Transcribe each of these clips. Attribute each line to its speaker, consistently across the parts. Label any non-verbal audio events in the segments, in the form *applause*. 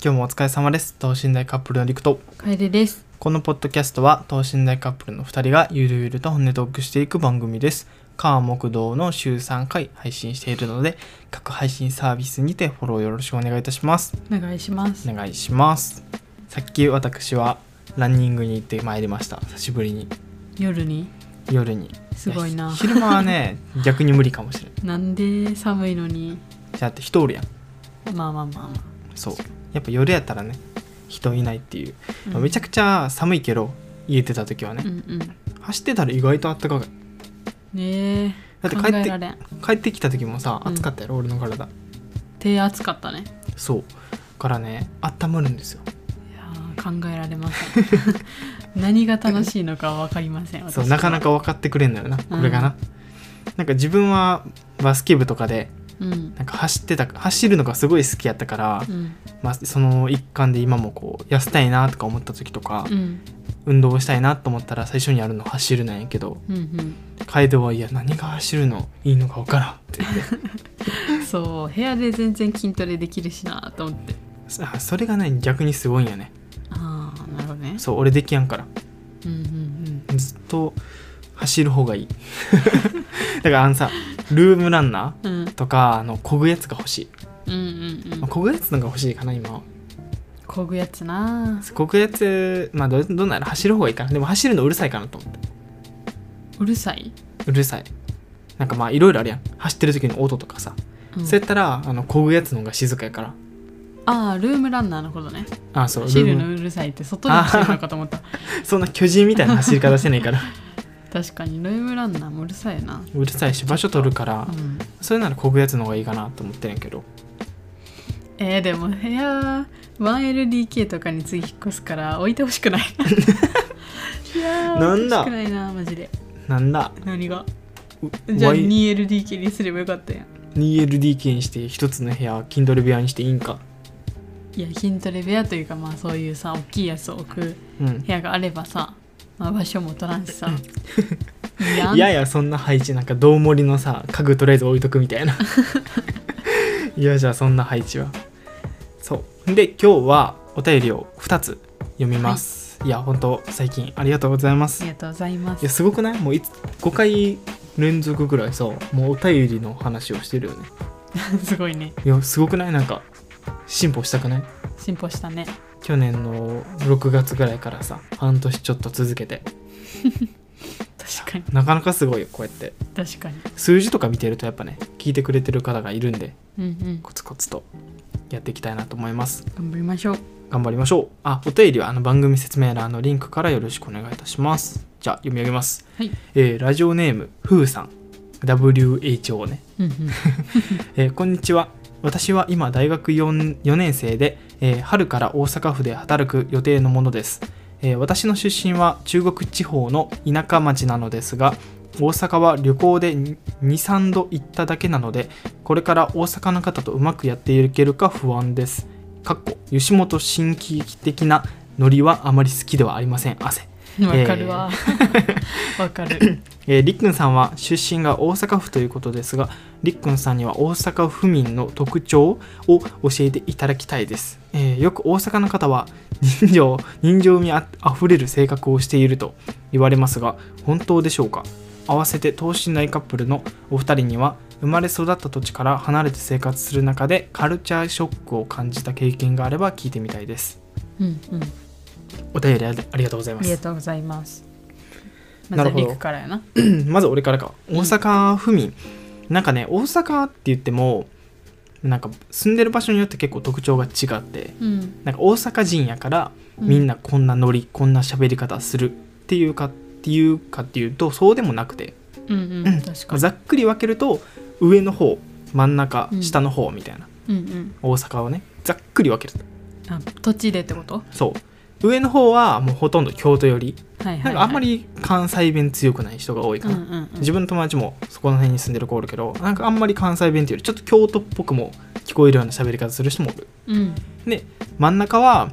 Speaker 1: 今日もお疲れ様です等身大カップルのりくと
Speaker 2: 楓です
Speaker 1: このポッドキャストは等身大カップルの2人がゆるゆると本音トークしていく番組です川木道の週3回配信しているので各配信サービスにてフォローよろしくお願いいたします
Speaker 2: お願いします
Speaker 1: お願いしますさっき私はランニングに行ってまいりました久しぶりに
Speaker 2: 夜に
Speaker 1: 夜に
Speaker 2: すごい
Speaker 1: や
Speaker 2: な
Speaker 1: 昼間はね逆に無理かもしれない
Speaker 2: なんで寒いのに
Speaker 1: だって人おるやん
Speaker 2: まあまあまあま
Speaker 1: そうやっぱ夜やったらね人いないっていう、
Speaker 2: あ
Speaker 1: めちゃ
Speaker 2: くち
Speaker 1: くちゃ寒いけど家出た時はね、
Speaker 2: うんうんね
Speaker 1: 走ってたら意外とあったかい
Speaker 2: え
Speaker 1: だって
Speaker 2: 考
Speaker 1: 帰っ
Speaker 2: え
Speaker 1: て
Speaker 2: られん
Speaker 1: 帰ってきた時もさ
Speaker 2: うん
Speaker 1: 暑かったやろ、俺の体
Speaker 2: 手熱かったね
Speaker 1: そうだからね温まるんですよ
Speaker 2: いやー考えられま
Speaker 1: *laughs*
Speaker 2: せん何が楽しいのかわかりません
Speaker 1: そう
Speaker 2: 私は
Speaker 1: なかなか分かってくれんのよなこれがな、なんか自分はバスケ部とかで
Speaker 2: うん
Speaker 1: なんか走ってた走るのがすごい好きやったから、
Speaker 2: うん
Speaker 1: まあ、その一環で今もこう痩せたいなとか思った時とか
Speaker 2: う、ん
Speaker 1: 運動したいなと思ったら最初にやるの走るなんやけど
Speaker 2: うん
Speaker 1: 楓はいや何が走るのいいのか分からんって言って
Speaker 2: うんそう部屋で全然筋トレできるしなと思って
Speaker 1: *laughs* あそれがね逆にすごいんやね
Speaker 2: ああなるほどね
Speaker 1: そう俺できやんから
Speaker 2: うんうん
Speaker 1: ずっと走る方がいい *laughs* だからあのさルームランナ
Speaker 2: うんうん
Speaker 1: ーとかあの漕ぐやつが欲しい、
Speaker 2: うんうんう
Speaker 1: まあ、
Speaker 2: ん
Speaker 1: 漕ぐやつのが欲しいかな今は
Speaker 2: こぐやつな
Speaker 1: 漕ぐやつまあどどんなら走る方がいいかなでも走るのうるさいかなと思って
Speaker 2: うるさい、
Speaker 1: うるさいなんかまあいろいろあるやん走ってる時の音とかさ、
Speaker 2: うん
Speaker 1: そうやったらあの漕ぐやつの方が静かやから
Speaker 2: ああルームランナーのことね
Speaker 1: あそう
Speaker 2: 走る
Speaker 1: ルー
Speaker 2: の
Speaker 1: ム
Speaker 2: うるさいって外に走るのかと思った
Speaker 1: そんな巨人みたいな走り方してないから *laughs*
Speaker 2: 確かにルームランナーもうるさいよな
Speaker 1: うるさいし場所取るから
Speaker 2: うん
Speaker 1: それなら漕ぐやつの方がいいかなと思ってるんやけど
Speaker 2: えー、でも部屋 1LDK とかに次引っ越すから置いてほしくない
Speaker 1: *laughs*
Speaker 2: いやー
Speaker 1: なんだ
Speaker 2: 置いてほしくないなマジで
Speaker 1: なんだ
Speaker 2: 何が
Speaker 1: う
Speaker 2: じゃあ
Speaker 1: Y-
Speaker 2: 2LDK にすればよかったやん
Speaker 1: 2LDK にして一つの部屋 Kindle 部屋にしていいんか
Speaker 2: いや筋トレ部屋というかまあそういうさ大きいやつを置く
Speaker 1: うん
Speaker 2: 部屋があればさ、まあ、場所も取ら
Speaker 1: *laughs*
Speaker 2: んしさいやん
Speaker 1: いやいやそんな配置なんかどうもりのさ家具とりあえず置いとくみたい *laughs* ないやじゃあそんな配置はそうで今日はお便りを2つ読みます、い、や本当最近ありがとうございま
Speaker 2: あ
Speaker 1: すい
Speaker 2: りがとうございます
Speaker 1: やすごくないもういつ5回連続ぐらいさもうお便りの話をしてるよね
Speaker 2: すごいね
Speaker 1: いやすごくないなんか進歩したくない
Speaker 2: 進歩したね
Speaker 1: 去年の6月ぐらいからさ半年ちょっと続けて
Speaker 2: 確かに
Speaker 1: なかなかすごいよこうやって
Speaker 2: 確かに
Speaker 1: 数字とか見てるとやっぱね聞いてくれてる方がいるんで
Speaker 2: うんうん
Speaker 1: コツコツとやっていきたいなと思います
Speaker 2: 頑張りましょう
Speaker 1: 頑張りましょうあお便りはあの番組説明欄のリンクからよろしくお願いいたしますじゃあ読み上げます、
Speaker 2: はい
Speaker 1: えーラジオネームふーさん WHO ね、
Speaker 2: うんうん
Speaker 1: えーこんにちは私は今大学 4, 4年生で、えー春から大阪府で働く予定のものです、えー私の出身は中国地方の田舎町なのですが大阪は旅行で23度行っただけなのでこれから大阪の方とうまくやっていけるか不安ですかっこ吉本新喜劇的なノリはあまり好きではありません汗
Speaker 2: わか
Speaker 1: *laughs*
Speaker 2: るわ。わかる。
Speaker 1: えーりっくんさんは出身が大阪府ということですがりっくんさんには大阪府民の特徴を教えていただきたいです、えーよく大阪の方は人情 *laughs* 人情味ああふれる性格をしていると言われますが本当でしょうか合わせて等身大カップルのお二人には生まれ育った土地から離れて生活する中でカルチャーショックを感じた経験があれば聞いてみたいです
Speaker 2: うんうん。
Speaker 1: お便りありありがとうござい
Speaker 2: あ
Speaker 1: ま
Speaker 2: りが
Speaker 1: す
Speaker 2: とうございます。ま
Speaker 1: な
Speaker 2: ず
Speaker 1: る
Speaker 2: は
Speaker 1: ほど
Speaker 2: 陸からやな。
Speaker 1: まず俺からか大阪府民、なんかね大阪って言ってもなんか住んでる場所によって結構特徴が違って
Speaker 2: うん。
Speaker 1: なんか大阪人やからみんなこんなノリ、こんな喋り方するっていうかっていうかっていうとそうでもなくて、
Speaker 2: うんうん。確
Speaker 1: ま
Speaker 2: か
Speaker 1: あ
Speaker 2: に。
Speaker 1: ざっくり分けると上の方真ん中
Speaker 2: うん
Speaker 1: 下の方みたいな、
Speaker 2: うんうん。
Speaker 1: 大阪をねざっくり分ける
Speaker 2: あ、土地でってこと？
Speaker 1: そう上の方はもうほとんど京都寄り
Speaker 2: はいはいは。
Speaker 1: ないんかあんま。り関西弁強くない人が多いか
Speaker 2: うん
Speaker 1: な、
Speaker 2: うんうん。
Speaker 1: 自分の友達もそこの辺に住んでる子おるけどなんかあんまり関西弁っていうよりちょっと京都っぽくも聞こえるような喋り方する人もおる
Speaker 2: うん。
Speaker 1: 真ん中は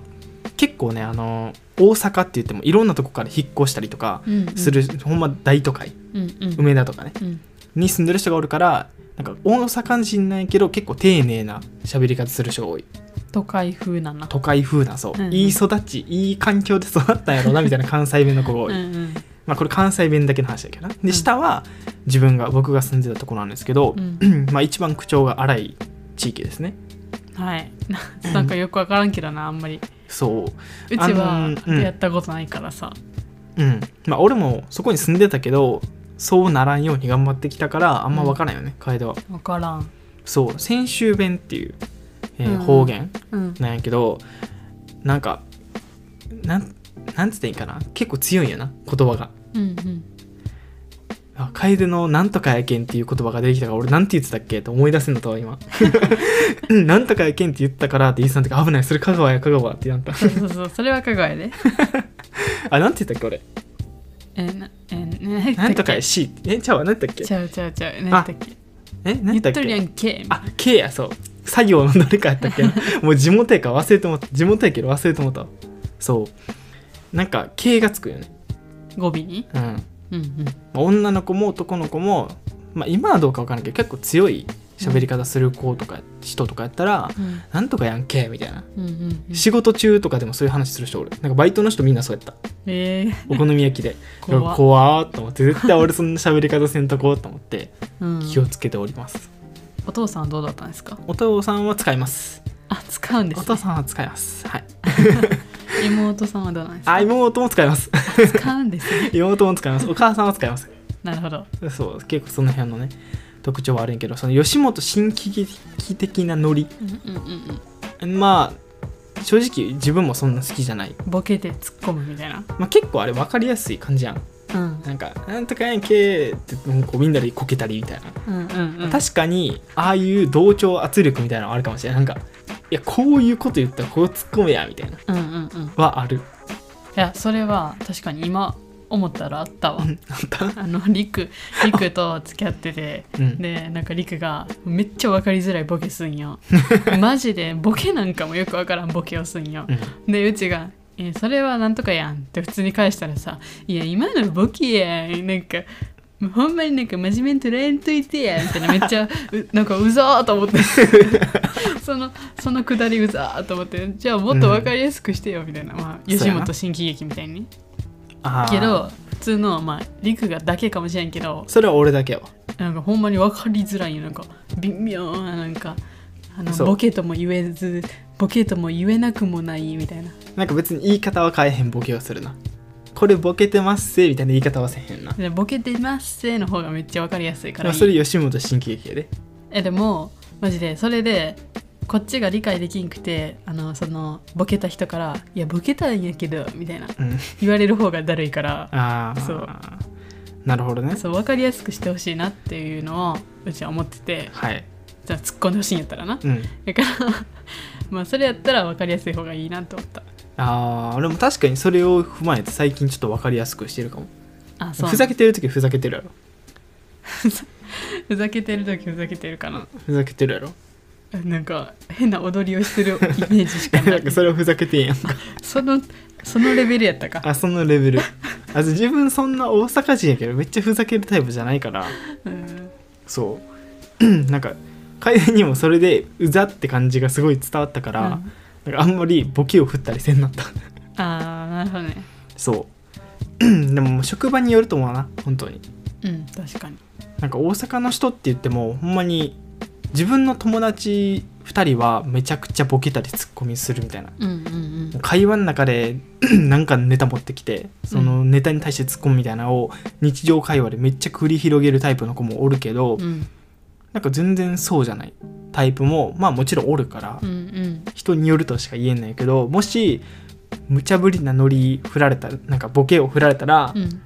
Speaker 1: 結構ねあの大阪って言ってもいろんなとこから引っ越したりとか
Speaker 2: うんうん。
Speaker 1: する、。ほんま大都会
Speaker 2: うんうん。
Speaker 1: 梅田とかね
Speaker 2: うん。
Speaker 1: に住んでる人がおるからなんか大阪人なんやけど結構丁寧な喋り方する人が多い
Speaker 2: 都会風なな
Speaker 1: 都会風なそう、
Speaker 2: うんうん
Speaker 1: いい育ちいい環境で育ったんやろなみたいな関西弁の子が多
Speaker 2: う
Speaker 1: い、
Speaker 2: んうん
Speaker 1: まあこれ関西弁だけの話だけどな
Speaker 2: う
Speaker 1: で
Speaker 2: ん
Speaker 1: 下は自分が僕が住んでたところなんですけど
Speaker 2: う、ん
Speaker 1: *clears throat* まあ一番口調が荒い地域ですね
Speaker 2: はい *laughs* ななんかよくわからんけどなあんまり
Speaker 1: そう
Speaker 2: ち
Speaker 1: あ
Speaker 2: は
Speaker 1: のーうん
Speaker 2: やったことないからさ
Speaker 1: うんまあ俺もそこに住んでたけどそうならんように頑張ってきたからあんま分からんよね、楓は
Speaker 2: わからん
Speaker 1: そう泉州弁っていう、えー
Speaker 2: うん
Speaker 1: 方言
Speaker 2: うん
Speaker 1: なんやけどなんかなんなんつっていいんかな結構強いんやな言葉が
Speaker 2: うんうん
Speaker 1: あ楓の「なんとかやけん」っていう言葉が出てきたから俺なんて言ってたっけと思い出せんのとは
Speaker 2: *laughs*
Speaker 1: 今 *laughs* うんなんとかやけんって言ったからって言ってたんだけど危ないそれ香川や香川ってなった
Speaker 2: そうそうそうそれは香川やで
Speaker 1: *laughs* あなんて言ったっけ俺
Speaker 2: えなえね
Speaker 1: なんとかやしえちゃうわ何だっけ
Speaker 2: ちゃうちゃうちゃう何だっけ
Speaker 1: え
Speaker 2: 言
Speaker 1: 何
Speaker 2: っ
Speaker 1: だっ
Speaker 2: と
Speaker 1: け
Speaker 2: るやんけ
Speaker 1: あ、K や、そう。作業のどれかやったっけ
Speaker 2: *laughs*
Speaker 1: なもう地元やから忘れてもった。地元やけど忘れてもったわ。そう。なんか、K がつくよね。
Speaker 2: 語尾に
Speaker 1: うん。ま
Speaker 2: うんうん
Speaker 1: あ女の子も男の子も、まあ今はどうかわからんけど、結構強い喋り方する子とか、人とかやったら、
Speaker 2: うん
Speaker 1: なんとかやんけ、みたいな。
Speaker 2: うんうんうん
Speaker 1: 仕事中とかでもそういう話する人おる。なんかバイトの人みんなそうやった。
Speaker 2: えー
Speaker 1: お好み焼きで。
Speaker 2: 怖っ
Speaker 1: 怖ーっと思って、絶対俺そんな喋り方せんとこうと思って、
Speaker 2: うん
Speaker 1: 気をつけております。
Speaker 2: お父さんはどうだったんですか
Speaker 1: お父さんは使います。
Speaker 2: あ使うんで
Speaker 1: お
Speaker 2: す、
Speaker 1: 父
Speaker 2: ね、
Speaker 1: さんは使います。はい。
Speaker 2: 妹さんはどうなんですか
Speaker 1: あ、妹も使います。 *laughs*
Speaker 2: 使うんですね
Speaker 1: 妹も使います。お母さんは使います。
Speaker 2: なるほど
Speaker 1: そう、結構その辺のね、特徴はあるんやけど、その吉本新喜劇的なノリ。
Speaker 2: うんうんうんうん
Speaker 1: まあ、正直自分もそんな好きじゃない。
Speaker 2: ボケて突っ込むみたいな
Speaker 1: まあ結構あれ分かりやすい感じやん。
Speaker 2: うん
Speaker 1: なんか、なんとかやんけーって、こうみんなでこけたりみたいな。
Speaker 2: うんうんうん
Speaker 1: 確かに、ああいう同調圧力みたいなのはあるかもしれない。なんか、いや、こういうこと言ったらこう突っ込めや、みたいな。
Speaker 2: うんうんうんい
Speaker 1: はある。
Speaker 2: やそれは確かに今思ったらあったわ
Speaker 1: うんあった
Speaker 2: あのリクリクと付き合ってて
Speaker 1: うん。
Speaker 2: でなんかリクがめっちゃ分かりづらいボケす
Speaker 1: *laughs*
Speaker 2: んよマジでボケなんかもよく分からんボケをすんよ
Speaker 1: うん
Speaker 2: でうちが「えそれはなんとかやん」って普通に返したらさ「いや今のボケやん」なんかほんまになんか真面目に捉えんといてやみたいなめっちゃうなんかうざーと
Speaker 1: *laughs*
Speaker 2: 思ってそのそのくだりうざーと思ってじゃあもっと分かりやすくしてよみたいな、まあ
Speaker 1: そう
Speaker 2: 吉
Speaker 1: やな
Speaker 2: 本新喜劇みたいに
Speaker 1: あー
Speaker 2: けど普通のまあリクがだけかもしれんけど
Speaker 1: それは俺だけやわ。
Speaker 2: なんかほんまに分かりづらいよなんか微妙ななんかあの
Speaker 1: そう
Speaker 2: ボケとも言えずボケとも言えなくもないみたいな
Speaker 1: なんか別に言い方は変えへんボケをするな。これボケてますせみたいな言い方はせへんな。
Speaker 2: でボケてますせの方がめっちゃ分かりやすいか
Speaker 1: ま
Speaker 2: ら
Speaker 1: あ
Speaker 2: いい
Speaker 1: それ吉本新喜劇やで。
Speaker 2: えでもマジでそれでこっちが理解できんくてあのそのボケた人から「いやボケたんやけど」みたいな
Speaker 1: うん。
Speaker 2: 言われる方がだるいから
Speaker 1: ああ。
Speaker 2: そう
Speaker 1: なるほどね。
Speaker 2: そう分かりやすくしてほしいなっていうのをうちは思ってて
Speaker 1: はい。
Speaker 2: じゃあ突っ込んでほしいんやったらな
Speaker 1: うん。
Speaker 2: だから *laughs* まあそれやったら分かりやすい方がいいなと思った
Speaker 1: ああ、俺も確かにそれを踏まえて最近ちょっと分かりやすくしてるかも。
Speaker 2: あそう
Speaker 1: ふざけてるときふざけてるやろ。
Speaker 2: ふざけてる時ふざけてるかな
Speaker 1: ふざけてるやろ。
Speaker 2: なんか変な踊りをするイメージしかな
Speaker 1: *laughs* なん
Speaker 2: い
Speaker 1: かそれをふざけてんやん
Speaker 2: *laughs*
Speaker 1: か。
Speaker 2: そのそのレベルやったか
Speaker 1: あ、そのレベル。あ自分そんな大阪人やけどめっちゃふざけるタイプじゃないから。
Speaker 2: うん
Speaker 1: そう。 *clears throat* なんか、楓にもそれでうざって感じがすごい伝わったから。
Speaker 2: うん
Speaker 1: なんかあんまりボケを振ったりせんなった
Speaker 2: あーなるほどね
Speaker 1: そう *clears throat* でももう職場によると思うな本当に
Speaker 2: うん確かに
Speaker 1: なんか大阪の人って言ってもほんまに自分の友達2人はめちゃくちゃボケたりツッコミするみたいなも
Speaker 2: うんうん
Speaker 1: う会話の中で *clears throat* なんかネタ持ってきてそのネタに対してツッコミみたいなのを日常会話でめっちゃ繰り広げるタイプの子もおるけど、
Speaker 2: うんうん
Speaker 1: なんか全然そうじゃないタイプもまあもちろんおるから、
Speaker 2: うんうん
Speaker 1: 人によるとしか言えないけどもし無茶ぶりなノリ振られたなんかボケを振られたら
Speaker 2: う、ん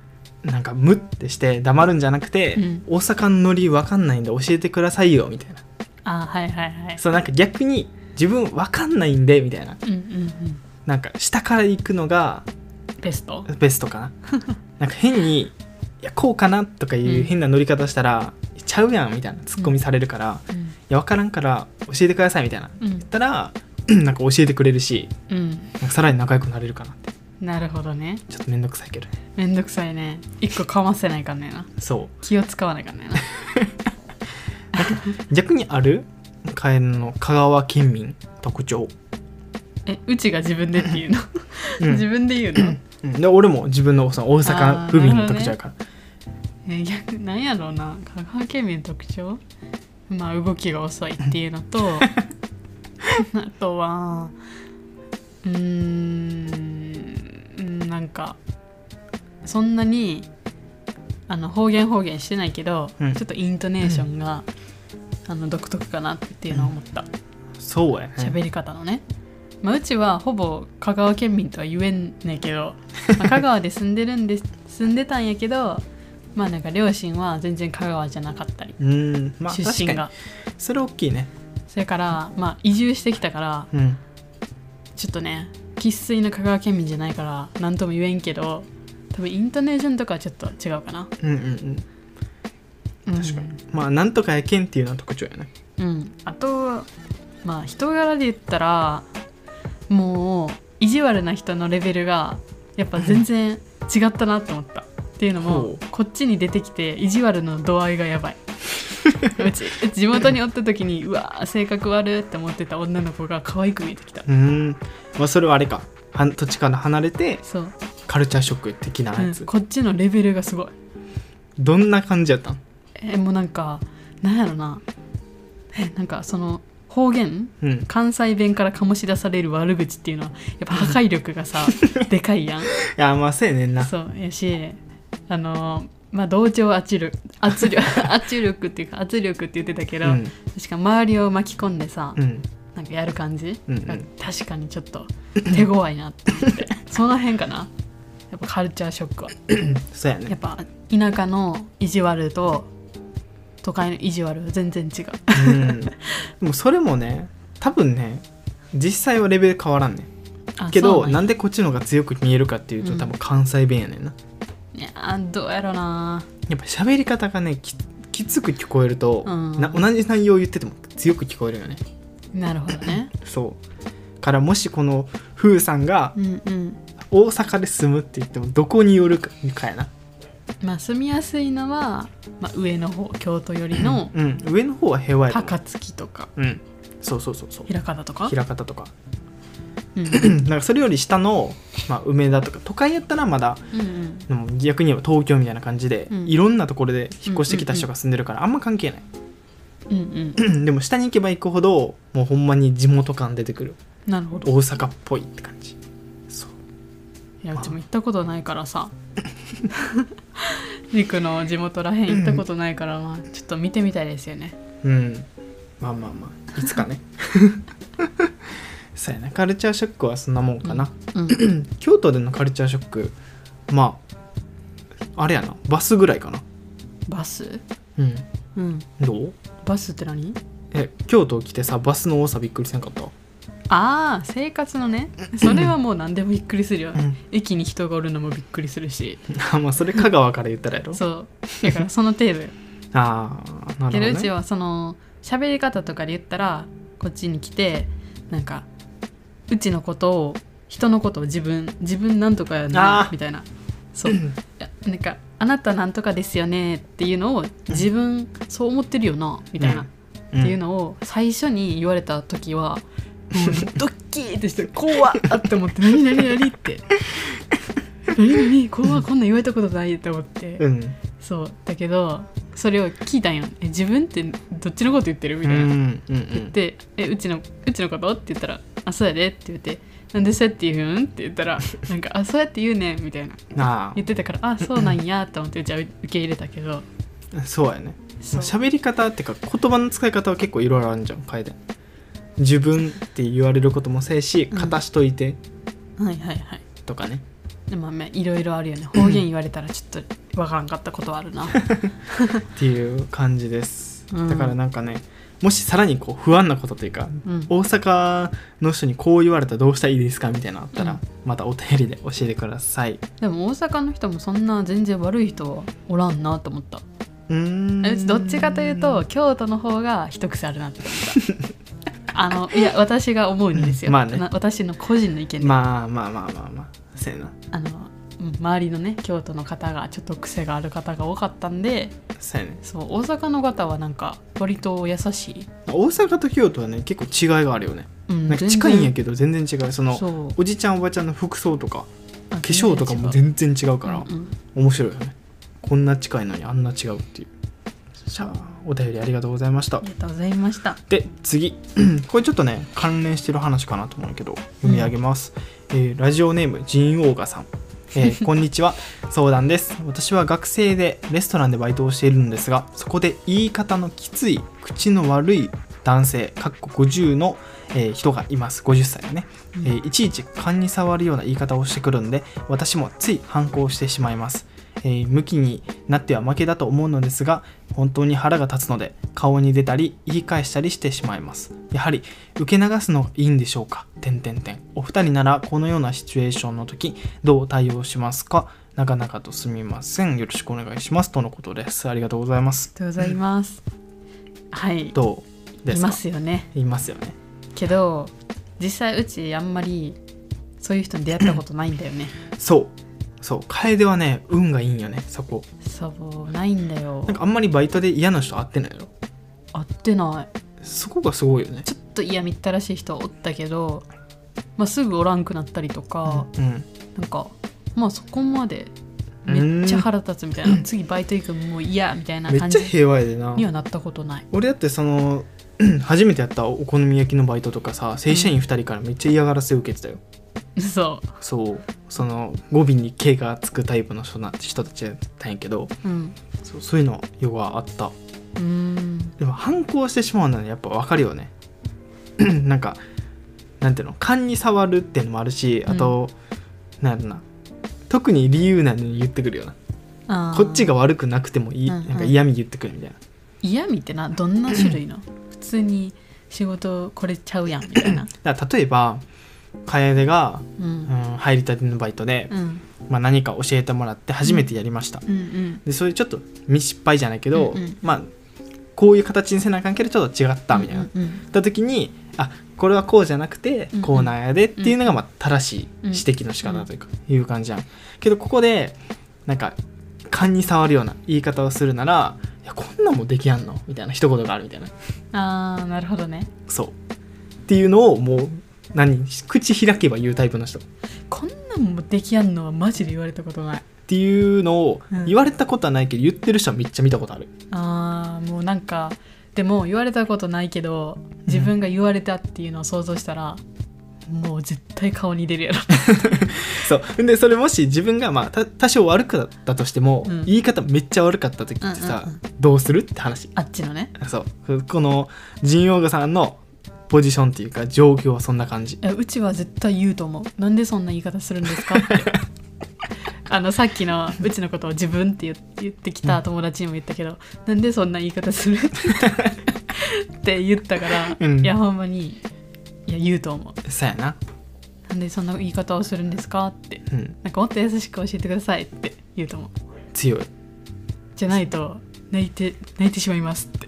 Speaker 1: なんかムッてして黙るんじゃなくて、
Speaker 2: うん
Speaker 1: 大阪のノリわかんないんで教えてくださいよみたいな
Speaker 2: あーはいはいはい
Speaker 1: そうなんか逆に自分わかんないんでみたいな
Speaker 2: うんうんうん
Speaker 1: なんか下から行くのが
Speaker 2: ベスト
Speaker 1: ベスト
Speaker 2: *laughs*
Speaker 1: かななんか変に「いやこうかな」とかいう変な乗り方したら「ちゃうやん」みたいなツッコミされるから「い
Speaker 2: うん
Speaker 1: やわからんから教えてください」みたいな言
Speaker 2: うん
Speaker 1: ったら *clears throat* なんか教えてくれるし
Speaker 2: うん
Speaker 1: なんかさらに仲良くなれるかなって
Speaker 2: なるほどね
Speaker 1: ちょっとめんどくさいけどね
Speaker 2: めんどくさいね一個かませないかんねえな
Speaker 1: そ
Speaker 2: 気を使わないかんねえな
Speaker 1: う逆にあるカエルの香川県民特徴
Speaker 2: えうちが自分でっていうの、
Speaker 1: うん
Speaker 2: 自分で言うの
Speaker 1: うんで俺も自分のその大阪府民の特徴やから、
Speaker 2: え逆なんやろうな香川県民の特徴まあ動きが遅いっていうの
Speaker 1: *laughs*
Speaker 2: とあとはうーんうんなんかそんなにあの方言方言してないけど、
Speaker 1: うん
Speaker 2: ちょっとイントネーションが、あの独特かなっていうのを思った
Speaker 1: そうやね
Speaker 2: 喋、り方のね、まあ、うちはほぼ香川県民とは言えんねん
Speaker 1: *laughs*
Speaker 2: けど、まあ香川で住んでるんで住んでたんやけどまあなんか両親は全然香川じゃなかったり、
Speaker 1: うんまあ
Speaker 2: 出
Speaker 1: 確
Speaker 2: 身
Speaker 1: かに
Speaker 2: が
Speaker 1: それ大きいね
Speaker 2: それからまあ移住してきたから
Speaker 1: うん
Speaker 2: ちょっとね生粋の香川県民じゃないから何とも言えんけど多分イントネーションとかはちょっと違うかな
Speaker 1: うんうんうん
Speaker 2: 確
Speaker 1: 確かに、まあなんとかやけんっていうのは特徴やね
Speaker 2: うん、あとまあ人柄で言ったらもう意地悪な人のレベルがやっぱ全然違ったなと思ったっていうの
Speaker 1: ほ
Speaker 2: も
Speaker 1: う
Speaker 2: こっちに出てきて意地悪の度合いがやば
Speaker 1: *laughs*
Speaker 2: いうちうち地元におった時にうわー性格悪いって思ってた女の子が可愛く見えてきた
Speaker 1: うん、まあ、それはあれかは土地から離れて
Speaker 2: そう、
Speaker 1: カルチャーショック的な
Speaker 2: う
Speaker 1: や
Speaker 2: ん
Speaker 1: つ、
Speaker 2: こっちのレベルがすごい
Speaker 1: どんな感じやったん
Speaker 2: えもうなんかなんやろなえなんかその方言
Speaker 1: うん
Speaker 2: 関西弁から醸し出される悪口っていうのはやっぱ破壊力
Speaker 1: *laughs*
Speaker 2: がさでかいやん
Speaker 1: いやまあせえねんな
Speaker 2: そうやしあのーまあ同調圧力圧
Speaker 1: *laughs*
Speaker 2: 力圧力っていうか圧力って言ってたけど、
Speaker 1: うん
Speaker 2: 確か周りを巻き込んでさ、
Speaker 1: うん
Speaker 2: なんかやる感じ、
Speaker 1: うんうん
Speaker 2: 確かにちょっと手強いなって
Speaker 1: *laughs*
Speaker 2: 思ってその辺かなやっぱカルチャーショックは
Speaker 1: そうやね
Speaker 2: やっぱ田舎の意地悪と都会の意地悪は全然違う
Speaker 1: うんでもそれもね多分ね実際はレベル変わらんねん
Speaker 2: あ
Speaker 1: け
Speaker 2: そう
Speaker 1: どな
Speaker 2: な
Speaker 1: んんで
Speaker 2: や
Speaker 1: こっちの方が強く見えるかっていうと、
Speaker 2: うん
Speaker 1: 多分関西弁やねんない
Speaker 2: やーどうやろな
Speaker 1: やっぱ喋り方がねききつく聞こえると、
Speaker 2: うん
Speaker 1: な同じ内容を言ってても強く聞こえるよね
Speaker 2: なるほど
Speaker 1: *laughs*
Speaker 2: ね
Speaker 1: そうからもしこのふーさんが
Speaker 2: うんうん
Speaker 1: 大阪で住むって言ってもどこによるかかやな、
Speaker 2: まあ住みやすいのは、まあ、上の方京都寄りの
Speaker 1: うん、上の方は平和やと思
Speaker 2: 高槻とか
Speaker 1: ううんそうそうそうそう
Speaker 2: 枚方とか、
Speaker 1: 枚方とか
Speaker 2: うん、
Speaker 1: うんなんかそれより下の、まあ、梅田とか都会やったらまだ
Speaker 2: うんうん
Speaker 1: でも逆に言えば東京みたいな感じで、
Speaker 2: うん
Speaker 1: いろんなところで引っ越してきた人が住んでるからあんま関係ない、
Speaker 2: うんうん
Speaker 1: でも下に行けば行くほどもうほんまに地元感出てくる
Speaker 2: なるほど
Speaker 1: 大阪っぽいって感じそう
Speaker 2: いやうちも行ったことないからさ *laughs* りくの地元らへん行ったことないから、まあ、ちょっと見てみたいですよね
Speaker 1: うんまあまあまあいつかね *laughs* そうやなカルチャーショックはそんなもんかな、
Speaker 2: うん
Speaker 1: 京都でのカルチャーショックまああれやなバスぐらいかな
Speaker 2: バス
Speaker 1: うん
Speaker 2: うん
Speaker 1: どう
Speaker 2: バスって何
Speaker 1: え京都来てさバスの多さびっくりせんかった
Speaker 2: ああ生活のねそれはもう何でもびっくりするよ、
Speaker 1: うん
Speaker 2: 駅に人がおるのもびっくりするし
Speaker 1: *laughs* あまあそれ香川から言ったらやろ
Speaker 2: そうだからその程度よ
Speaker 1: ああな
Speaker 2: けど
Speaker 1: る
Speaker 2: う
Speaker 1: ほど、
Speaker 2: ち
Speaker 1: ね、
Speaker 2: はその喋り方とかで言ったらこっちに来てなんかうちのことを人のことを自分自分なんとかや
Speaker 1: あ
Speaker 2: な
Speaker 1: ー
Speaker 2: みたいなそういやなんかあなたなんとかですよねっていうのを自分そう思ってるよなみたいな、
Speaker 1: うん
Speaker 2: っていうのを最初に言われた
Speaker 1: *laughs*
Speaker 2: 時は、もうドッキーってして怖っって思って何何何
Speaker 1: *laughs*
Speaker 2: って何何怖っこんなん言われたことないって思って。
Speaker 1: うん
Speaker 2: そうだけどそれを聞いたんよえ自分ってどっちのこと言ってるみ
Speaker 1: うんう
Speaker 2: たいな、
Speaker 1: んう
Speaker 2: 言っ
Speaker 1: ん
Speaker 2: て「えうちのうちのこと?」って言ったら「あそうやで」って言って「なんでそうやって言うん?」って
Speaker 1: *laughs*
Speaker 2: 言ったら「なんかあそうやって言うねん」みたいな
Speaker 1: あ
Speaker 2: 言ってたから「あそうなんや」と思ってじゃあ受け入れたけど
Speaker 1: あそうやね
Speaker 2: そう
Speaker 1: 喋り方ってか言葉の使い方は結構いろいろあるじゃん楓自分って言われることもせえし
Speaker 2: うん
Speaker 1: 片しといて
Speaker 2: はいはいはい
Speaker 1: とかね、
Speaker 2: でもまあいろいろあるよね方言言われたらちょっとわからんかったことはあ
Speaker 1: *laughs*
Speaker 2: るな
Speaker 1: っていう感じです、
Speaker 2: うん
Speaker 1: だからなんかねもしさらにこう不安なことというか、
Speaker 2: うん
Speaker 1: 大阪の人にこう言われたらどうしたらいいですかみたいなのあったら、
Speaker 2: うん
Speaker 1: またお便りで教えてください
Speaker 2: でも大阪の人もそんな全然悪い人はおらんなと思った
Speaker 1: うーん
Speaker 2: うちどっちかというと京都の方が一癖ある
Speaker 1: *laughs*
Speaker 2: なって思ったあのいや私が思うんですよ、
Speaker 1: まあね
Speaker 2: な私の個人の意見で、
Speaker 1: まあまあまあまあまあせやな
Speaker 2: あのうん周りのね京都の方がちょっと癖がある方が多かったんで
Speaker 1: そうやね
Speaker 2: そう大阪の方はなんか割と優しい、
Speaker 1: 大阪と京都はね結構違いがあるよね
Speaker 2: うん
Speaker 1: なんか近いんや
Speaker 2: け
Speaker 1: けど全然違うその
Speaker 2: そう
Speaker 1: おじちゃんおばちゃんの服装とか
Speaker 2: 化
Speaker 1: 化粧とかも全然違うから、
Speaker 2: うんうん
Speaker 1: 面白いよねこんな近いのにあんな違うっていうじゃあお便りありがとうございました
Speaker 2: ありがとうございました
Speaker 1: で次 *clears throat* これちょっとね関連してる話かなと思うけど読み上げます、えーラジオネームジンオーガさんえ *laughs* ーこんにちは相談です私は学生でレストランでバイトをしているのですがそこで言い方のきつい口の悪い男性かっこ50の、えー人がいます50歳のね、えーいちいち勘に触るような言い方をしてくるんで私もつい反抗してしまいますえー、向きになっては負けだと思うのですが本当に腹が立つので顔に出たり言い返したりしてしまいますやはり受け流すのがいいんでしょうか点点点お二人ならこのようなシチュエーションの時どう対応しますかなかなかとすみませんよろしくお願いしますとのことですありがとうございます
Speaker 2: ありがとうございます。はい。
Speaker 1: どうで
Speaker 2: い
Speaker 1: すか
Speaker 2: ますよね。
Speaker 1: いますよね
Speaker 2: けど実際うちあんまりそういう人に出会ったことないんだよね。
Speaker 1: そうそう楓はね運がいいんよねそこ
Speaker 2: そうないんだよ
Speaker 1: なん。かあんまりバイトで嫌な人会ってないよ
Speaker 2: 会ってない。
Speaker 1: そこがすごいよね
Speaker 2: ちょっと嫌みったらしい人はおったけど、まあ、すぐおらんくなったりとか、
Speaker 1: うん
Speaker 2: なんかまあそこまでめっちゃ腹立つみたいな次バイト行くのもう嫌みたいな
Speaker 1: め
Speaker 2: 感
Speaker 1: っち
Speaker 2: じ
Speaker 1: ゃ平和やでな
Speaker 2: にはなったことない。 *laughs*
Speaker 1: 俺だってその *clears throat* 初めてやったお好み焼きのバイトとかさ正社員2人からめっちゃ嫌がらせ受けてたよ、
Speaker 2: そ
Speaker 1: そうその語尾に「K」がつくタイプの人な人たちやったんやけど
Speaker 2: う。うん。
Speaker 1: そうそういうのよくあった
Speaker 2: うーん。
Speaker 1: でも反抗してしまうのはやっぱ分かるよね *clears throat* なんかなんていうの勘に触るっていうのもあるしあと、なんやろな特に理由ないのに言ってくるよな
Speaker 2: あ
Speaker 1: こ
Speaker 2: ー
Speaker 1: っちが悪くなくてもいい、
Speaker 2: うんうん
Speaker 1: なんか嫌味言ってくるみたいな
Speaker 2: 嫌味ってなどんな種類の普通に仕事これちゃうやんみたいな
Speaker 1: だから例えば楓が、
Speaker 2: う
Speaker 1: うんん、入りたてのバイトで、
Speaker 2: うん
Speaker 1: まあ、何か教えてもらって初めてやりました、
Speaker 2: うんうん
Speaker 1: でそういうちょっと未失敗じゃないけど、
Speaker 2: うんうん
Speaker 1: まあこういう形にせなあかんけどちょっと違ったみたいな、
Speaker 2: うんうん
Speaker 1: だ時にあこれはこうじゃなくて
Speaker 2: うんうん
Speaker 1: こうなんやでっていうのがまあ正しい指摘の仕方というか、いう感じじゃんけどここでなんか勘に触るような言い方をするなら「いやこんなんもできやんの?」みたいな一言があるみたいな
Speaker 2: あーなるほどね
Speaker 1: そうっていうのをもう何口開けば言うタイプの人
Speaker 2: こんなんもできやんのはマジで言われたことない
Speaker 1: っていうのを
Speaker 2: うん
Speaker 1: 言われたことはないけど言ってる人はめっちゃ見たことある、
Speaker 2: あーもうなんかでも言われたことないけど自分が言われたっていうのを想像したら、もう絶対顔に出るやろ
Speaker 1: そうでそれもし自分がまあた多少悪かったとしても、
Speaker 2: うん
Speaker 1: 言い方めっちゃ悪かった時ってさ、
Speaker 2: うんうん
Speaker 1: どうするって話
Speaker 2: *laughs* あっちのね
Speaker 1: そうこのジンオーガさんのポジションっていうか状況はそんな感じ
Speaker 2: えうちは絶対言うと思うなんでそんな言い方するんですかって *laughs* あのさっきのうちのことを自分って言って言ってきた友達にも言ったけど、なんでそんな言い方 *laughs* するって言ったから、
Speaker 1: うん
Speaker 2: いやほんまにいや言うと思う
Speaker 1: そうやな
Speaker 2: なんでそんな言い方をするんですかって
Speaker 1: うん
Speaker 2: なんかもっと優しく教えてくださいって言うと思う
Speaker 1: 強い
Speaker 2: じゃないと泣いて泣いてしまいますって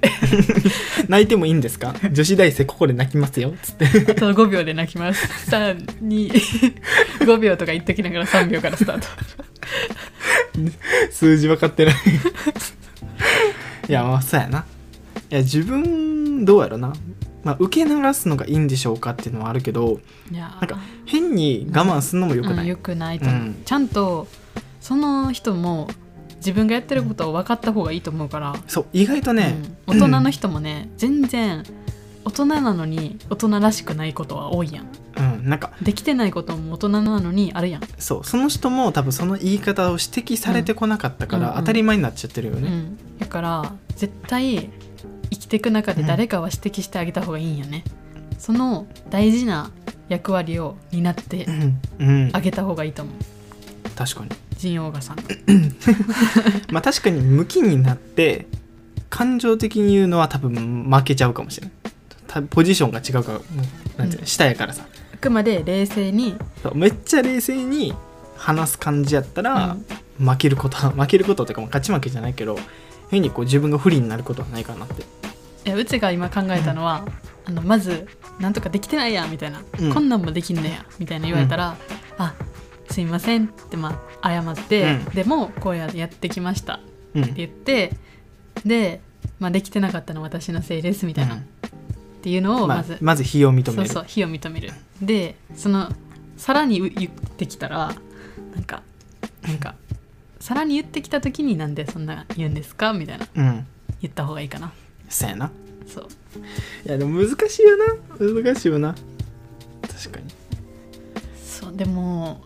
Speaker 2: *laughs*
Speaker 1: 泣いてもいいんですか女子大生ここで泣きますよつって
Speaker 2: あと5秒で泣きます325秒とか言っときながら3秒からスタート
Speaker 1: 数字分かってないいやまあそうやないや自分どうやろな、まあ、受け流すのがいいんでしょうかっていうのはあるけど
Speaker 2: いやー
Speaker 1: なんか変に我慢するのもよく
Speaker 2: う
Speaker 1: なんい、
Speaker 2: 良くないと思う、
Speaker 1: うん
Speaker 2: ちゃんとその人も自分がやってることを分かった方がいいと思うから、
Speaker 1: そう意外とね、
Speaker 2: うん大人の人もね全然大人なのに大人らしくないことは多いやん
Speaker 1: うんなんか
Speaker 2: できてないことも大人なのにあるやん、
Speaker 1: そうその人も多分その言い方を指摘されてこなかったか
Speaker 2: うん
Speaker 1: ら
Speaker 2: うん
Speaker 1: 当たり前になっちゃってるよ
Speaker 2: う
Speaker 1: ね、
Speaker 2: ん、だから絶対生きていく中で誰かは指摘してあげた方がいいんよね、その大事な役割を担って
Speaker 1: うんうん
Speaker 2: あげた方がいいと思う
Speaker 1: 確かに
Speaker 2: ジンオーガさん
Speaker 1: まあ確かに向きになって感情的に言うのは多分負けちゃうかもしれないたポジションが違うからもうなんていうの、
Speaker 2: うん
Speaker 1: 下やからさ
Speaker 2: あくまで冷静に
Speaker 1: そうめっちゃ冷静に話す感じやったら
Speaker 2: う、ん
Speaker 1: 負けること *laughs* は負けることっていうかまあ勝ち負けじゃないけど変にこう自分が不利になることはないかなって
Speaker 2: いやうちが今考えたのは、あのまず「なんとかできてないやん」みたいな、
Speaker 1: うん
Speaker 2: こんなんもできんねや」みたいな言われたら「あすいません」ってまあ謝って、
Speaker 1: うん
Speaker 2: でもこうやってやってきましたっ
Speaker 1: う
Speaker 2: て
Speaker 1: ん
Speaker 2: 言ってで、まあ、できてなかったの私のせいですみたいな、
Speaker 1: う
Speaker 2: っ
Speaker 1: ん
Speaker 2: ていうのを
Speaker 1: ま
Speaker 2: ま
Speaker 1: あ
Speaker 2: ず、
Speaker 1: まず非を認め
Speaker 2: そう
Speaker 1: る
Speaker 2: そう非を認めるでそのさらに言ってきたらなんかなんかさらに言ってきた時になんでそんな言うんですかみたいな
Speaker 1: うん
Speaker 2: 言った方がいいかな
Speaker 1: そうやな
Speaker 2: そう
Speaker 1: いやでも難しいよな難しいよな確かに
Speaker 2: そうでも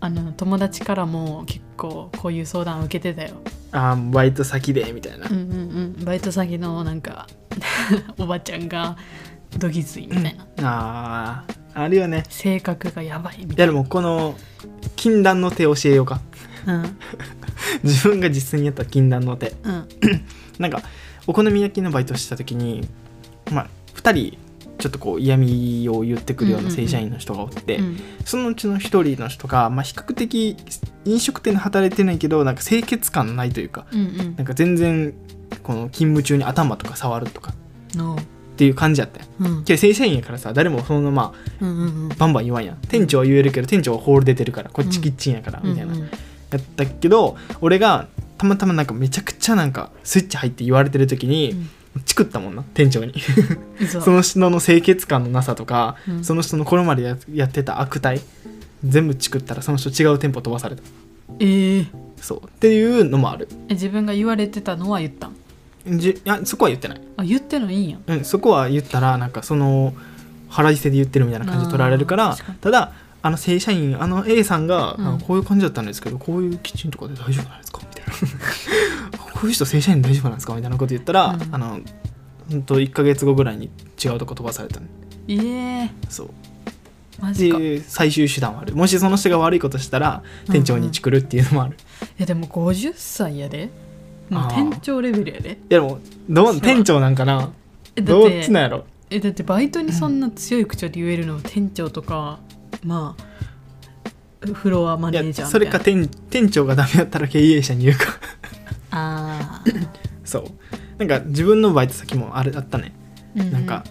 Speaker 2: あの友達からも結構こういう相談を受けてたよ
Speaker 1: あーバイト先でみたいな
Speaker 2: うんうんうんバイト先のなんか *laughs* おばちゃんがどぎついみたいな、
Speaker 1: あーあるよね
Speaker 2: 性格がやばいみ
Speaker 1: い
Speaker 2: た
Speaker 1: や
Speaker 2: い
Speaker 1: でもこの禁断の手教えようか *laughs*
Speaker 2: なうん
Speaker 1: 自分が実際にやった禁断の手
Speaker 2: うん
Speaker 1: なんかお好み焼きのバイトしてた時にまあ2人ちょっとこう嫌味を言ってくるような正社員の人がおって、
Speaker 2: うん
Speaker 1: そのうちの1人の人が、まあ、比較的飲食店で働いてないけどなんか清潔感ないというか
Speaker 2: うん
Speaker 1: なんか全然この勤務中に頭とか触るとか
Speaker 2: うんおう
Speaker 1: っていう感じやったよ
Speaker 2: うん
Speaker 1: けど正社員やからさ誰もそのまま
Speaker 2: うんうんうん
Speaker 1: バンバン言わんやん店長は言えるけど店長はホール出てるからこっちキッチンやからみたいな、
Speaker 2: うんうん
Speaker 1: やったけど俺がたまたまなんかめちゃくちゃなんかスイッチ入って言われてる時に、チクったもんな店長に
Speaker 2: 嘘
Speaker 1: *laughs* その人の清潔感のなさとか、
Speaker 2: うん
Speaker 1: その人のこれまでややってた悪態全部チクったらその人違う店舗飛ばされた
Speaker 2: ええ
Speaker 1: そうっていうのもある
Speaker 2: え自分が言われてたのは言ったん
Speaker 1: じいやそこは言ってない、
Speaker 2: あ言ってのいいんや
Speaker 1: うん、そこは言ったらなんかその腹いせで言ってるみたいな感じで取られるから
Speaker 2: あー確かに
Speaker 1: ただあの正社員あの A さんが、
Speaker 2: うん
Speaker 1: あのこういう感じだったんですけどこういうキッチンとかで大丈夫なんですかみたいな *laughs* こういう人正社員大丈夫なんですかみたいなこと言ったら、
Speaker 2: うん
Speaker 1: あのほんと1ヶ月後ぐらいに違うとこ飛ばされたね
Speaker 2: ええ
Speaker 1: そう
Speaker 2: マ
Speaker 1: って
Speaker 2: ジか
Speaker 1: いう最終手段はあるもしその人が悪いことしたら店長にチクるっていうのもある、
Speaker 2: えでも50歳やでも
Speaker 1: あ
Speaker 2: う
Speaker 1: ー
Speaker 2: 店長レベルやで
Speaker 1: いやでもど
Speaker 2: そうう
Speaker 1: 店長なんかな
Speaker 2: えだっ
Speaker 1: どっち
Speaker 2: て
Speaker 1: なんやろ
Speaker 2: えだってバイトにそんな強い口調で言えるの店長とかまあフロアマ
Speaker 1: い
Speaker 2: ネージャ
Speaker 1: や
Speaker 2: ーみ
Speaker 1: そ
Speaker 2: たい
Speaker 1: れ
Speaker 2: な
Speaker 1: か店店長がダメだったら経営者に言うか
Speaker 2: あ
Speaker 1: *laughs* そうなんか自分のバイト先もあれあったね
Speaker 2: ー
Speaker 1: なんか、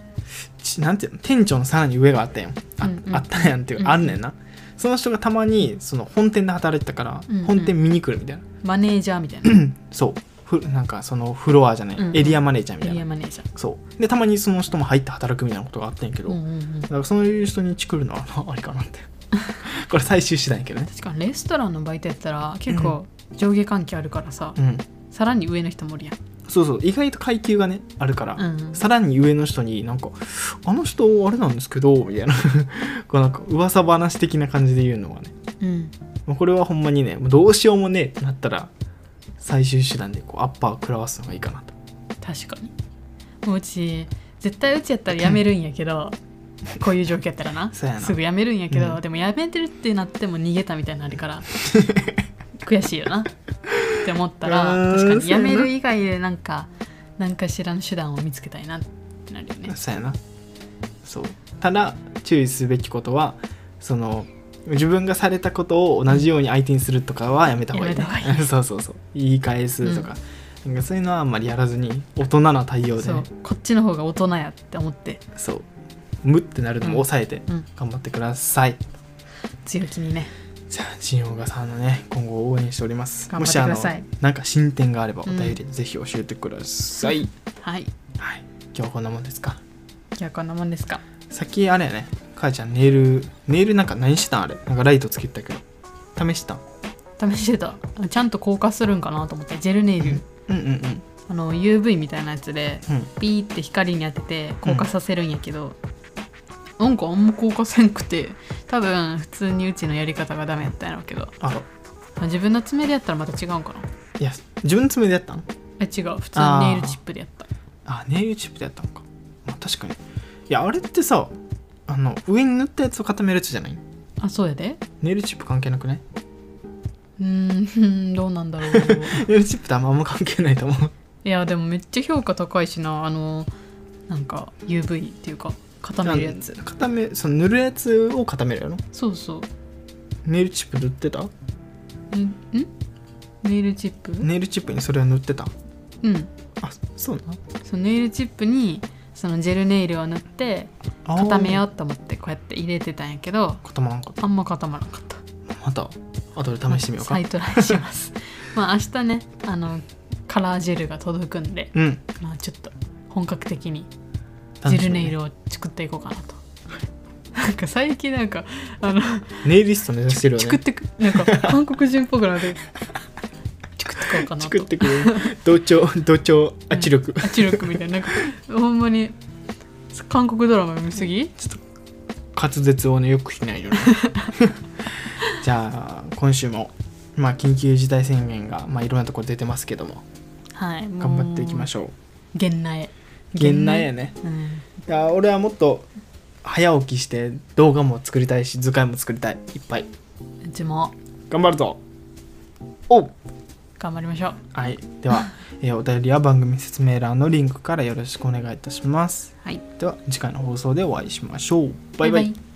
Speaker 1: ちなんていうの店長のさらに上があったやんあ,、
Speaker 2: うんうん
Speaker 1: あったやんっていうかあんねんな、その人がたまにその本店で働いてたから、
Speaker 2: うんうん
Speaker 1: 本店見に来るみたいな
Speaker 2: うんマネージャーみたいな
Speaker 1: そうふなんかそのフロアじゃない、
Speaker 2: うんうん
Speaker 1: エリアマネージャーみ
Speaker 2: エ
Speaker 1: たい
Speaker 2: リア
Speaker 1: な
Speaker 2: マネージャー
Speaker 1: そうでたまにその人も入って働くみたいなことがあったんやけど、
Speaker 2: うんうんうん
Speaker 1: だからそういう人にチクるのは *laughs* あありかなって
Speaker 2: *laughs*
Speaker 1: これ最終手段やけどね
Speaker 2: 確かにレストランのバイトやったら結構上下関係あるからさ、
Speaker 1: うん
Speaker 2: さらに上の人もおるやん
Speaker 1: そうそう意外と階級がねあるから、
Speaker 2: うんうん
Speaker 1: さらに上の人になんか「あの人あれなんですけど」みたいな *laughs* こうなんか噂話的な感じで言うのはね
Speaker 2: うん
Speaker 1: もうこれはほんまにねもうどうしようもねえってなったら最終手段でこうアッパー食らわすのがいいかなと
Speaker 2: 確かにもううち絶対うちやったら辞めるんやけどこういう状況やったらな
Speaker 1: *laughs* そうやな
Speaker 2: すぐ辞めるんやけど、
Speaker 1: うん
Speaker 2: でも辞めてるってなっても逃げたみたいなのあるから
Speaker 1: *laughs*
Speaker 2: 悔しいよなって思ったら
Speaker 1: うーん
Speaker 2: 確かに
Speaker 1: そうや
Speaker 2: 辞
Speaker 1: な
Speaker 2: める以外でなんか何かしらの手段を見つけたいなってなるよね
Speaker 1: そうやなそうただ注意すべきことはその自分がされたことを同じように相手にするとかはやめた方がいい,、
Speaker 2: やめた方
Speaker 1: *laughs*
Speaker 2: が
Speaker 1: そうそうそう言い返すとか,、なんかそういうのはあんまりやらずに大人な対応で
Speaker 2: そ
Speaker 1: ね
Speaker 2: うこっちの方が大人やって思って
Speaker 1: そう無ってなるのも抑えて
Speaker 2: うん
Speaker 1: 頑張ってください、
Speaker 2: 強気にね
Speaker 1: じゃあ新岡さんのね今後を応援しております
Speaker 2: 頑張ってくださ
Speaker 1: も
Speaker 2: い
Speaker 1: しあのなんか進展があればお便りでぜひ教えてください、
Speaker 2: はい
Speaker 1: はい今日こんなもんですか
Speaker 2: じゃあこんなもんですか
Speaker 1: さっきあれやねかやちゃんネイルネイルなんか何したんあれなんかライトつけてたけど試したん
Speaker 2: 試してたちゃんと硬化するんかなと思ってジェルネイル、
Speaker 1: うんうんうん
Speaker 2: あの UV みたいなやつで
Speaker 1: うん
Speaker 2: ピーって光に当てて硬化させるんやけど、なんかあんま硬化せんくて多分普通にうちのやり方がダメやったんやろうけど、
Speaker 1: あら
Speaker 2: まあ自分の爪でやったらまた違うんかない
Speaker 1: や自分の爪でやったん
Speaker 2: え違う普通にネイルチップでやった
Speaker 1: あネイルチップでやったのか、まあ、確かにいやあれってさあの上に塗ったやつを固めるやつじゃない
Speaker 2: あそうやで
Speaker 1: ネイルチップ関係なくね
Speaker 2: うーん *laughs* どうなんだろう
Speaker 1: ネイルチップとあんまあんま関係ないと思う
Speaker 2: いやでもめっちゃ評価高いしなあのなんか UV っていうか固めるやつ
Speaker 1: あの固めその塗るやつを固めるやろ
Speaker 2: そうそう
Speaker 1: ネイルチップ塗ってた
Speaker 2: んんネイルチップ、
Speaker 1: ネイルチップにそれは塗ってた
Speaker 2: うん
Speaker 1: あそうな
Speaker 2: そのネイルチップにそのジェルネイルを塗って
Speaker 1: あー
Speaker 2: 固めようと思ってこうやって入れてたんやけど
Speaker 1: 固まらんかった
Speaker 2: あんま固まらなかった
Speaker 1: マまた後で試してみようか
Speaker 2: 再トライします
Speaker 1: *laughs*
Speaker 2: まあ明日ねあのカラージェルが届くんで
Speaker 1: うん
Speaker 2: まあちょっと本格的にジェルネイルを作っていこうかな
Speaker 1: *laughs*
Speaker 2: と、なんか最近なんかあの
Speaker 1: ネイリスト目指してるよ
Speaker 2: チクっ
Speaker 1: ね
Speaker 2: てくなんか韓国人っぽくなってチクってこうかな
Speaker 1: チ
Speaker 2: と
Speaker 1: クってくる同調同調圧力、
Speaker 2: 圧力みたいななんかほんまに韓国ドラマ見すぎ
Speaker 1: 滑舌をねよくしない
Speaker 2: *laughs*
Speaker 1: よねじゃあ今週もまあ緊急事態宣言がまあいろんなところ出てますけども
Speaker 2: はい
Speaker 1: 頑張っていきま
Speaker 2: し
Speaker 1: しょ
Speaker 2: う現内
Speaker 1: う現代やね
Speaker 2: うん
Speaker 1: いや俺はもっと早起きして動画も作りたいし図解も作りたいいっぱいう
Speaker 2: ちも
Speaker 1: 頑張るぞおう
Speaker 2: 頑張りましょう
Speaker 1: はいで *laughs* は、えーお便りは番組説明欄のリンクからよろしくお願いいたします
Speaker 2: はい
Speaker 1: では次回の放送でお会いしましょうバイバイ
Speaker 2: イ